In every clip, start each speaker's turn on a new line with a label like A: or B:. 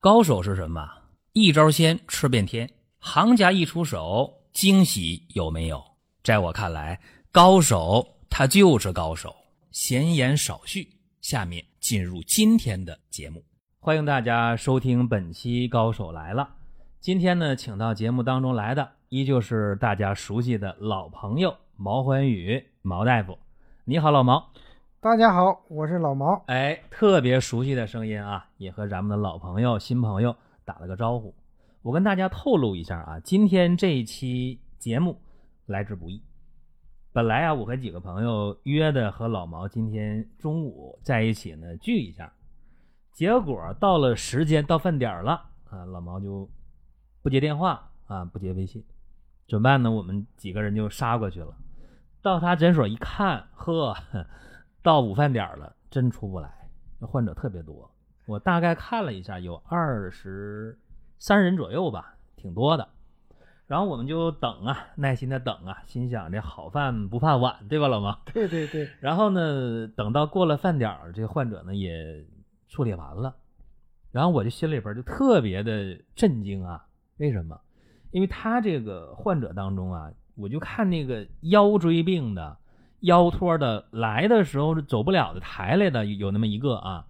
A: 高手是什么？一招鲜吃遍天，行家一出手，惊喜有没有？在我看来，高手他就是高手。闲言少叙，下面进入今天的节目。欢迎大家收听本期《高手来了》。今天呢，请到节目当中来的依旧是大家熟悉的老朋友毛欢宇毛大夫。你好，老毛。
B: 大家好，我是老毛。
A: 哎，特别熟悉的声音啊，也和咱们的老朋友、新朋友打了个招呼。我跟大家透露一下啊，今天这一期节目来之不易。本来啊，我和几个朋友约的和老毛今天中午在一起呢聚一下，结果到了时间到饭点儿了啊，老毛就不接电话啊，不接微信，怎么办呢？我们几个人就杀过去了。到他诊所一看，呵，到午饭点儿了，真出不来，那患者特别多。我大概看了一下，有二十三人左右吧，挺多的。然后我们就等啊，耐心的等啊，心想这好饭不怕晚， 对吧，老毛？
B: 对对对，
A: 然后呢，等到过了饭点儿，这患者呢也处理完了，然后我就心里边就特别的震惊啊！为什么？因为他这个患者当中啊，我就看那个腰椎病的、腰托的，来的时候是走不了的、抬来的，有那么一个啊，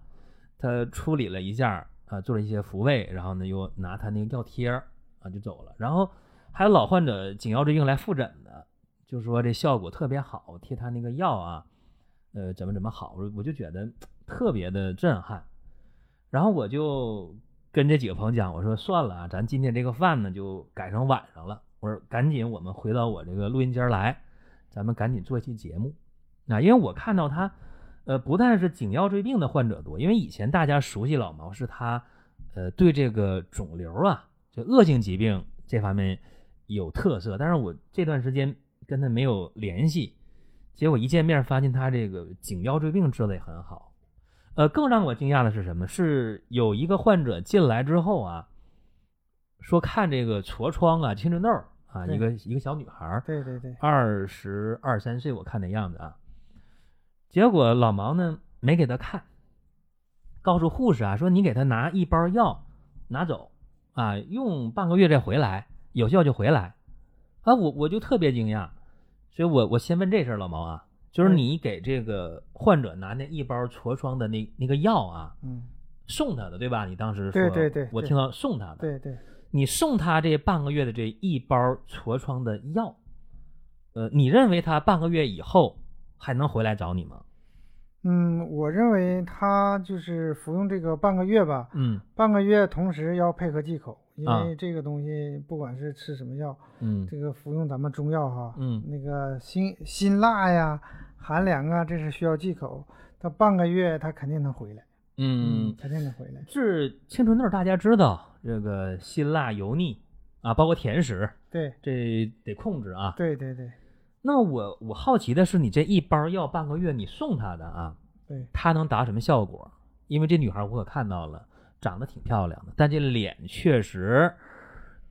A: 他处理了一下啊，做了一些抚慰，然后呢又拿他那个药贴儿啊就走了。然后还有老患者颈腰椎病来复诊的，就说这效果特别好，贴他那个药啊，呃，怎么怎么好，我我就觉得特别的震撼。然后我就跟这几个朋友讲，我说算了啊，咱今天这个饭呢就改成晚上了。我说赶紧我们回到我这个录音间来，咱们赶紧做一期节目啊，因为我看到他，呃，不但是颈腰椎病的患者多，因为以前大家熟悉老毛是他，呃，对这个肿瘤啊，这恶性疾病这方面有特色，但是我这段时间跟他没有联系，结果一见面发现他这个颈腰椎病治的也很好。呃，更让我惊讶的是什么？是有一个患者进来之后啊，说看这个痤疮啊、青春痘啊，
B: 对
A: 一个一个小女孩儿，
B: 对对对，
A: 二十二三岁，我看那样子啊。结果老毛呢没给他看，告诉护士啊，说你给他拿一包药拿走啊，用半个月再回来，有效就回来。啊，我我就特别惊讶，所以我我先问这事儿，老毛啊，就是
B: 嗯
A: 你给这个患者拿那一包痤疮的那那个药啊，
B: 嗯，
A: 送他的对吧？你当时说，
B: 对对对
A: 我
B: 对
A: 听到送他的，
B: 对对，
A: 你送他这半个月的这一包痤疮的药，呃，你认为他半个月以后还能回来找你吗？
B: 嗯，我认为他就是服用这个半个月吧，
A: 嗯
B: 半个月同时要配合忌口，因
A: 啊
B: 为这个东西不管是吃什么药，
A: 嗯
B: 这个服用咱们中药哈，
A: 嗯
B: 那个辛辛辣呀、寒凉啊，这是需要忌口。他半个月他肯定能回来，
A: 嗯，
B: 肯定能回来。
A: 治青春痘大家知道，这个辛辣、油腻啊，包括甜食，
B: 对
A: 这得控制啊。
B: 对对对
A: 那我我好奇的是，你这一包药半个月你送他的啊，
B: 对，
A: 他能达什么效果？因为这女孩我可看到了，长得挺漂亮的，但这脸确实，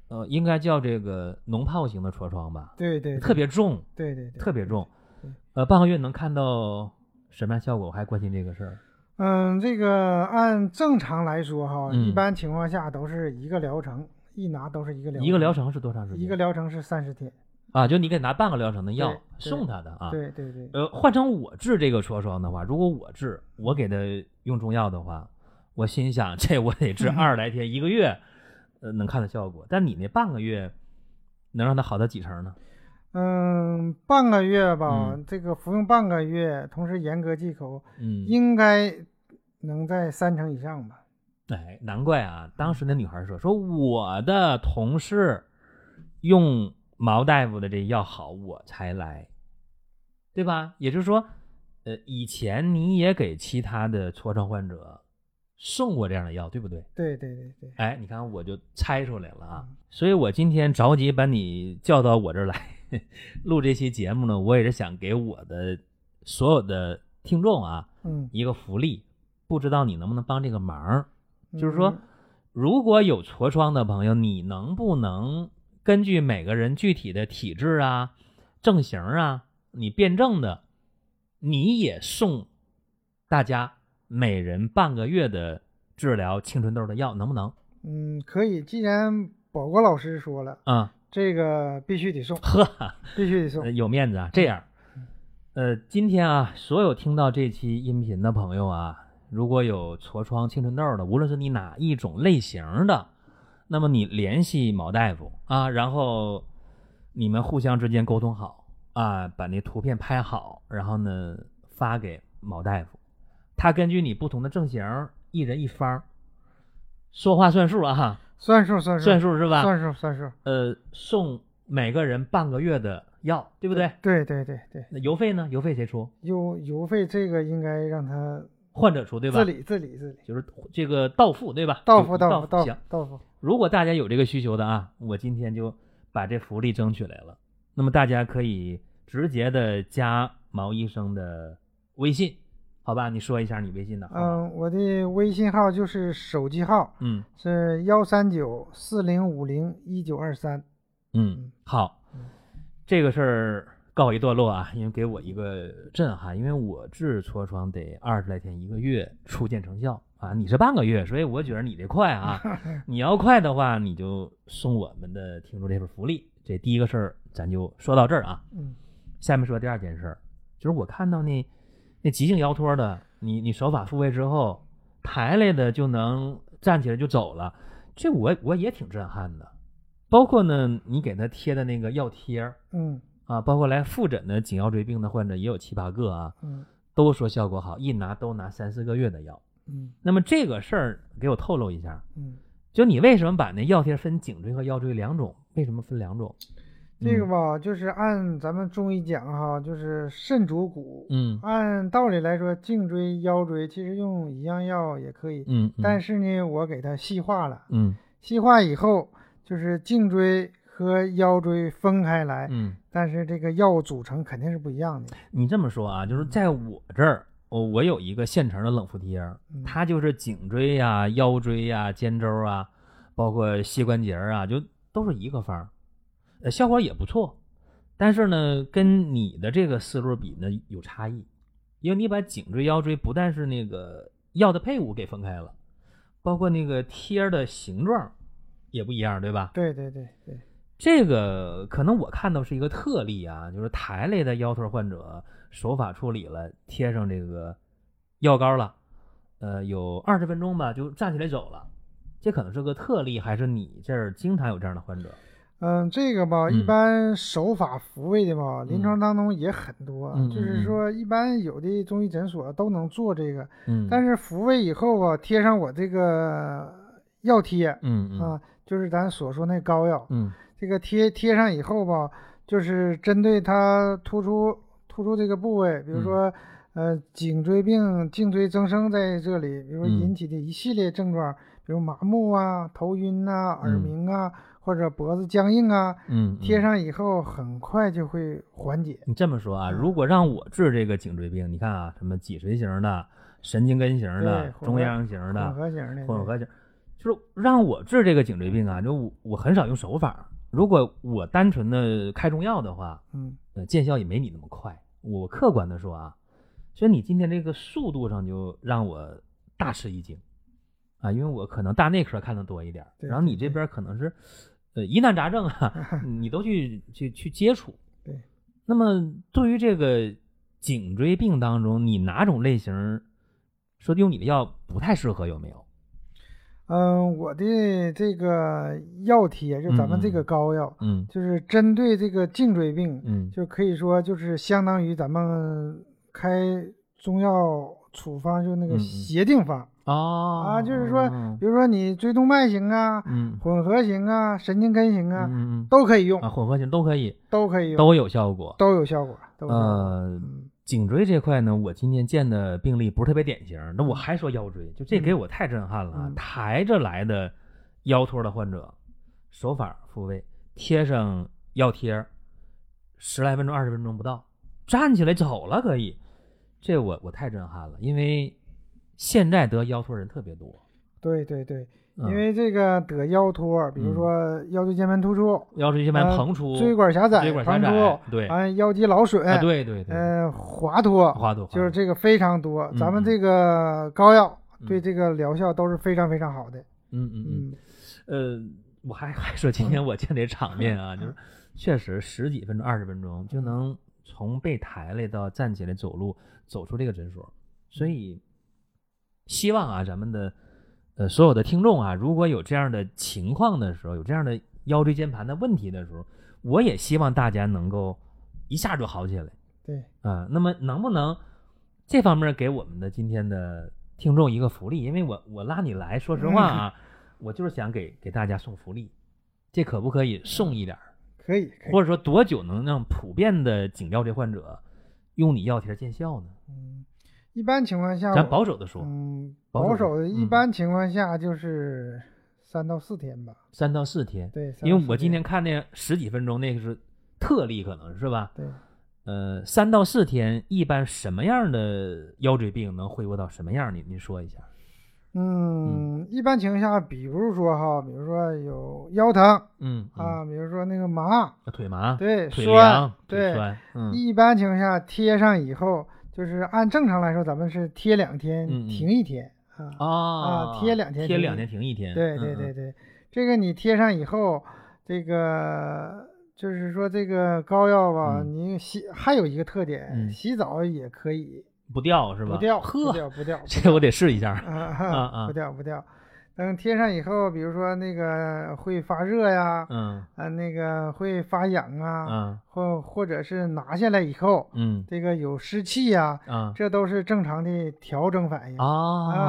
A: 呃，应该叫这个脓疱型的痤疮吧，
B: 对对
A: 特别重，
B: 对对对。
A: 特别重
B: 对。
A: 呃，半个月能看到什么样效果？我还关心这个事儿。
B: 嗯，这个按正常来说哈，
A: 嗯
B: 一般情况下都是一个疗程，一拿都是一个疗
A: 一个疗程是多长时间？
B: 一个疗程是三十天。
A: 啊，就你给拿半个疗程的药
B: 对对
A: 送他的啊。
B: 对对对，
A: 呃，换成我治这个痤疮的话，如果我治，我给他用中药的话，我心想这我得治二十来天，一个月，呃，能看到效果。但你那半个月，能让他好到几成呢？
B: 嗯，半个月吧，
A: 嗯
B: 这个服用半个月，同时严格忌口，
A: 嗯，
B: 应该能在三成以上吧？
A: 哎，难怪啊，当时那女孩说，说我的同事用毛大夫的这药好，我才来，对吧？也就是说，呃，以前你也给其他的痤疮患者送过这样的药，对不对？
B: 对对对对，
A: 哎，你看我就猜出来了啊，所以我今天着急把你叫到我这儿来 录这期节目呢，我也是想给我的所有的听众啊
B: 嗯，
A: 一个福利，不知道你能不能帮这个忙儿？
B: 嗯
A: 就是说，如果有痤疮的朋友，你能不能根据每个人具体的体质啊、症型啊，你辩证的，你也送大家每人半个月的治疗青春痘的药，能不能？
B: 嗯，可以。既然保国老师说了，
A: 啊、
B: 这个必须得送，
A: 呵，
B: 必须得送
A: 呃。有面子啊。
B: 嗯
A: 这样，呃，今天啊，所有听到这期音频的朋友啊，如果有痤疮、青春痘的，无论是你哪一种类型的，那么你联系毛大夫啊，然后你们互相之间沟通好啊，把那图片拍好，然后呢发给毛大夫，他根据你不同的症型，一人一方儿，说话算数啊，
B: 算数，算数，
A: 算数是吧？
B: 算数，算数。
A: 呃，送每个人半个月的药，对不对？
B: 对对对对，
A: 那邮费呢？邮费谁出？
B: 邮邮费这个应该让他
A: 患者出，对吧
B: 自？理自理自理。
A: 就是这个到付，对吧？
B: 到付
A: 到
B: 到付到付
A: 行，
B: 到付，
A: 如果大家有这个需求的啊，我今天就把这福利争取来了。那么大家可以直接的加毛医生的微信，好吧？你说一下你微信的号码。
B: 嗯，我的微信号就是手机号
A: 嗯
B: 是幺三九四零五零一九二三。
A: 嗯，好，这个事儿告一段落啊，因为给我一个震撼，因为我治痤疮得二十来天一个月初见成效啊，你是半个月，所以我觉得你这快啊，你要快的话，你就送我们的听众这份福利。这第一个事儿咱就说到这儿啊，
B: 嗯，
A: 下面说第二件事儿，就是我看到那那急性腰托的，你你手法复位之后抬来的就能站起来就走了，这我我也挺震撼的。包括呢，你给他贴的那个药贴儿
B: 嗯
A: 啊，包括来复诊的颈腰椎病的患者也有七八个啊，
B: 嗯
A: 都说效果好，一拿都拿三四个月的药。
B: 嗯
A: 那么这个事儿给我透露一下，
B: 嗯，
A: 就你为什么把那药贴分颈椎和腰椎两种？为什么分两种？
B: 这
A: 嗯
B: 个吧，就是按咱们中医讲哈，就是肾主骨。
A: 嗯，
B: 按道理来说，颈椎、腰椎其实用一样药也可以，
A: 嗯嗯，
B: 但
A: 是
B: 是呢，我给它细化了。
A: 嗯
B: 细化以后，就是颈椎和腰椎分开来，
A: 嗯，
B: 但是这个药组成肯定是不一样的。
A: 你这么说啊，就是在我这儿，我我有一个现成的冷敷贴儿，
B: 嗯
A: 它就是颈椎呀、腰椎呀、肩周啊，包括膝关节儿啊，就都是一个方儿，呃，效果也不错。但是呢，跟你的这个思路比呢有差异，因为你把颈椎、腰椎不但是那个药的配伍给分开了，包括那个贴儿的形状也不一样，对吧？
B: 对对对对，
A: 这个可能我看到是一个特例啊，就是台类的腰托患者手法处理了，贴上这个药膏了，呃，有二十分钟吧，就站起来走了。这可能是个特例，还是你这儿经常有这样的患者？
B: 嗯，这个吧，
A: 嗯
B: 一般手法复位的吧，临床当中也很多，啊
A: 嗯嗯
B: 就是说一般有的中医诊所都能做这个，
A: 嗯，
B: 但
A: 是，
B: 是复位以后吧，贴上我这个药贴、
A: 嗯嗯
B: 啊，就是咱所说那膏药，
A: 嗯
B: 这个贴贴上以后吧，就是针对它突出突出这个部位，
A: 嗯
B: 比如说、呃颈椎病、颈椎增生在这里，比如说
A: 嗯
B: 引起的一系列症状，比如麻木啊、头晕呐、耳
A: 嗯
B: 鸣啊，或者脖子僵硬啊，
A: 嗯，
B: 贴。上以后很快就会缓解。
A: 你这么说
B: 嗯
A: 啊，如果让我治这个颈椎病，你看啊，什么脊髓型的、神经根型的
B: 对、混合
A: 中央型的、
B: 混合型的，
A: 混合型，就是让我治这个颈椎病啊，就我我很少用手法。如果我单纯的开中药的话，
B: 嗯，
A: 呃，见效也没你那么快。我客观的说啊，所以你今天这个速度上就让我大吃一惊啊，因为我可能大内科看的多一点儿，
B: 对
A: 然后你这边可能是呃疑难杂症 啊，你都去去去接触。
B: 对，
A: 那么对于这个颈椎病当中，你哪种类型儿说用你的药不太适合有没有？
B: 嗯，我的这个药贴就咱们这
A: 嗯嗯
B: 个膏药，
A: 嗯
B: 就是针对这个颈椎病，
A: 嗯
B: 就可以说就是相当于咱们开中药处方，就那
A: 嗯
B: 个
A: 嗯
B: 协定方，
A: 哦
B: 啊就是说
A: 嗯
B: 比如说你椎动脉型啊、
A: 嗯
B: 混合型啊、神经根型啊，
A: 嗯嗯
B: 都可以用，
A: 啊，混合型都可以，
B: 都可以用，
A: 都有效果。
B: 都有效果，都有效果
A: 呃，
B: 嗯
A: 颈椎这块呢，我今天见的病例不是特别典型。那我还说腰椎，就这
B: 嗯
A: 给我太震撼了啊！
B: 嗯
A: 抬着来的腰托的患者，手法复位，贴上药贴儿，十来分钟、二十分钟不到，站起来走了可以。这我我太震撼了，因为现在得腰托人特别多，
B: 对对对，
A: 嗯
B: 因为这个得腰托，比
A: 嗯
B: 如说腰椎间盘突出、
A: 腰椎间盘
B: 呃
A: 膨出、
B: 椎管狭窄、
A: 椎管狭
B: 盘
A: 窄
B: 出，，
A: 对啊，
B: 完、腰肌劳损，
A: 对对对，
B: 呃，滑脱，
A: 花朵
B: 哎就是这个非常多，
A: 嗯
B: 咱们
A: 嗯
B: 这个膏药
A: 嗯
B: 对这个疗效都是非常非常好的。
A: 嗯嗯嗯。
B: 嗯
A: 呃，我还还说今天我见这场面啊， 就是确实十几分钟、二十分钟就能从被抬来到站起来走路，走出这个诊所。所
B: 嗯
A: 以，希望啊，咱们的呃所有的听众啊，如果有这样的情况的时候，有这样的腰椎间盘的问题的时候，我也希望大家能够一下就好起来。
B: 对，
A: 啊，那么能不能这方面给我们的今天的听众一个福利？因为我我拉你来，说实话 啊，我就是想给给大家送福利，这可不可以送一点儿？
B: 可以，可以，
A: 或者说多久能让普遍的颈腰椎患者用你药贴见效呢？
B: 嗯，一般情况下
A: 咱
B: 我
A: 保守的说，
B: 嗯，
A: 保
B: 保
A: 守
B: 守的，
A: 嗯
B: 一般情况下就是三到四天吧。
A: 三到四天，
B: 对，三
A: 因
B: 到
A: 为
B: 四
A: 我今天看那十几分钟那个是特例，可能是吧？
B: 对，
A: 呃，三到四天，一般什么样的腰椎病能恢复到什么样？你你说一下。
B: 嗯，一般情况下，比如说哈，比如说有腰疼
A: 嗯，
B: 啊，比如说那个麻，
A: 嗯腿麻，
B: 对，
A: 腿
B: 酸
A: 凉，，腿
B: 对，
A: 酸，嗯，
B: 一般情况下贴上以后，就是按正常来说，咱们是贴两天
A: 嗯嗯
B: 停一天啊。
A: 啊
B: 贴两天
A: 贴
B: 停
A: 两
B: 一
A: 天停一天，
B: 对
A: 嗯
B: 对
A: 嗯
B: 对对，这个你贴上以后，这个就是说这个膏药吧，
A: 嗯
B: 你洗还有一个特点，
A: 嗯
B: 洗澡也可以
A: 不掉是吧？
B: 不掉，不
A: 呵，
B: 掉，不掉，
A: 这我得试一 下。
B: 啊
A: 啊
B: 哈，不掉不掉。等贴上以后，比如说那个会发热呀，
A: 嗯
B: 啊，那个会发痒啊，
A: 嗯
B: 或或者是拿下来以后，
A: 嗯
B: 这个有湿气呀，
A: 啊
B: 这都是正常的调整反应。
A: 啊
B: 啊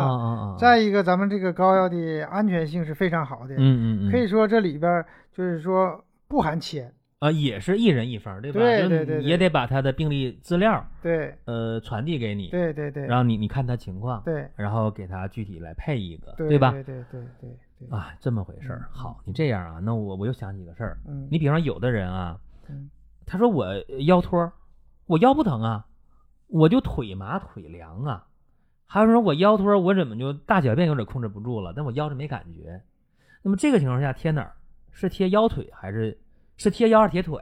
A: 啊！
B: 再一个，咱们这个膏药的安全性是非常好的，
A: 嗯嗯嗯，
B: 可以说这里边儿就是说不含铅，
A: 啊，也是一人一方，对吧？
B: 对
A: 就
B: 对
A: 你
B: 对对
A: 也得把他的病历资料
B: 对
A: 呃传递给你，
B: 对对对
A: 然后你你看他情况，
B: 对
A: 然后给他具体来配一个，
B: 对
A: 吧？
B: 对对对对对，
A: 啊，这么回事儿。
B: 嗯
A: 好，你这样啊，那我我又想起个事儿，
B: 嗯，
A: 你比方有的人啊
B: 嗯，
A: 他说我腰托儿，我腰不疼啊，我就腿麻腿凉啊。还有人说我腰托儿，我怎么就大小便有点控制不住了，但我腰是没感觉。那么这个情况下贴哪儿？是贴腰腿还是是贴腰还是贴腿？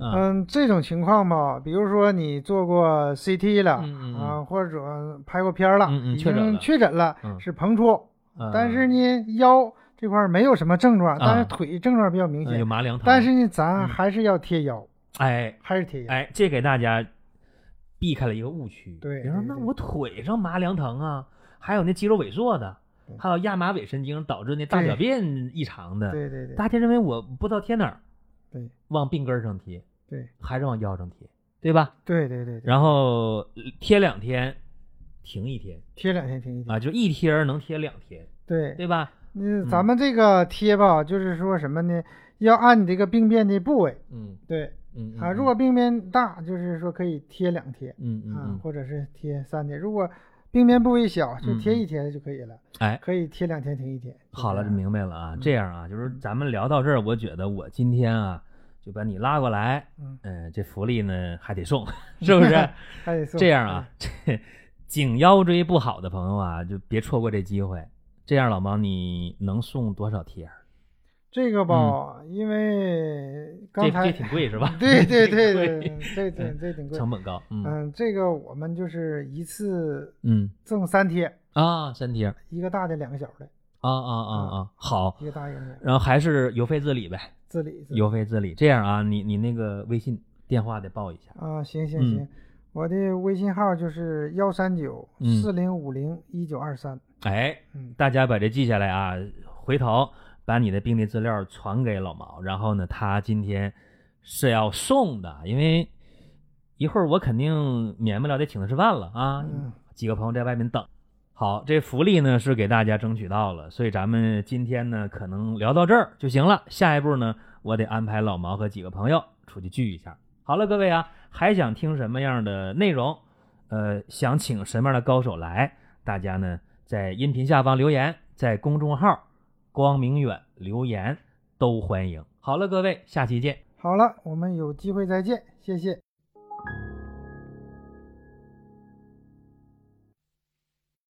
A: 啊，
B: 嗯，这种情况吧，比如说你做过 CT 了、
A: 嗯嗯
B: 啊，或者拍过片儿了，
A: 嗯嗯
B: 已
A: 确诊
B: 经
A: 了
B: 确诊了，
A: 嗯
B: 是膨出，
A: 呃
B: 但是呢腰这块儿没有什么症状，
A: 啊
B: 但是腿症状比较明
A: 呃
B: 显，
A: 有麻凉疼，
B: 但是呢咱
A: 嗯
B: 还是要贴腰，
A: 哎，
B: 还是贴腰，
A: 哎，这给大家避开了一个误区。
B: 对
A: 比如说
B: 对
A: 那
B: 对
A: 我腿上麻凉疼啊，还有那肌肉萎缩的
B: 对，
A: 还有亚麻尾神经导致那大
B: 对
A: 小便异常的，
B: 对对对
A: 大家认为我不知道贴哪儿，
B: 对，
A: 往病根儿上贴，
B: 对，
A: 还是往腰上贴，对吧？
B: 对对对对，
A: 然后呃贴两天，停一天
B: 贴两天停一天，
A: 啊，就一贴儿能贴两天，
B: 对，
A: 对吧？
B: 那
A: 嗯
B: 咱们这个贴吧，就是说什么呢？要按你这个病变的部位，
A: 嗯
B: 对
A: 嗯嗯
B: 啊，如果病变大，就是说可以贴两贴。
A: 嗯嗯
B: 啊
A: 嗯，，
B: 或者是贴三天。如果病变部位小，就贴
A: 嗯嗯
B: 一天就可以了。
A: 哎
B: 可以贴两天，停一天。就
A: 好了，
B: 这
A: 就
B: 样
A: 明白了啊。
B: 嗯
A: 这样啊，就是咱们聊到这儿，我觉得我今天啊就把你拉过来，
B: 嗯
A: 呃，这福利呢还得送，是不是？
B: 还得送
A: 这样啊，，这颈腰椎不好的朋友啊，就别错过这机会。这样，老毛你能送多少贴儿？
B: 这个吧，因为
A: 嗯
B: 刚
A: 这
B: 才？
A: 这挺贵是吧
B: 对对 对
A: 挺
B: 对
A: 贵，
B: 这这这挺贵。
A: 成本高。嗯
B: 嗯，这个我们就是一次
A: 嗯
B: 赠三贴，
A: 啊，三贴儿
B: 一个大的，两个小的，
A: 啊啊啊啊，好。
B: 一个大一个小的，
A: 然后还是邮费自理呗，
B: 自理自理
A: 邮费自理。这样啊，你你那个微信电话得报一下。
B: 啊，行行
A: 嗯
B: 行。我的微信号就是幺三九四零五零一九二三，
A: 哎，
B: 嗯，
A: 大家把这记下来啊，回头把你的病历资料传给老毛，然后呢，他今天是要送的，因为一会儿我肯定免不了得请他吃饭了啊，
B: 嗯
A: 几个朋友在外面等。好，这福利呢是给大家争取到了，所以咱们今天呢可能聊到这儿就行了。下一步呢，我得安排老毛和几个朋友出去聚一下。好了，各位啊，还想听什么样的内容？呃，想请什么样的高手来？大家呢在音频下方留言，在公众号“光明远”留言都欢迎。好了，各位，下期见。
B: 好了，我们有机会再见，谢谢。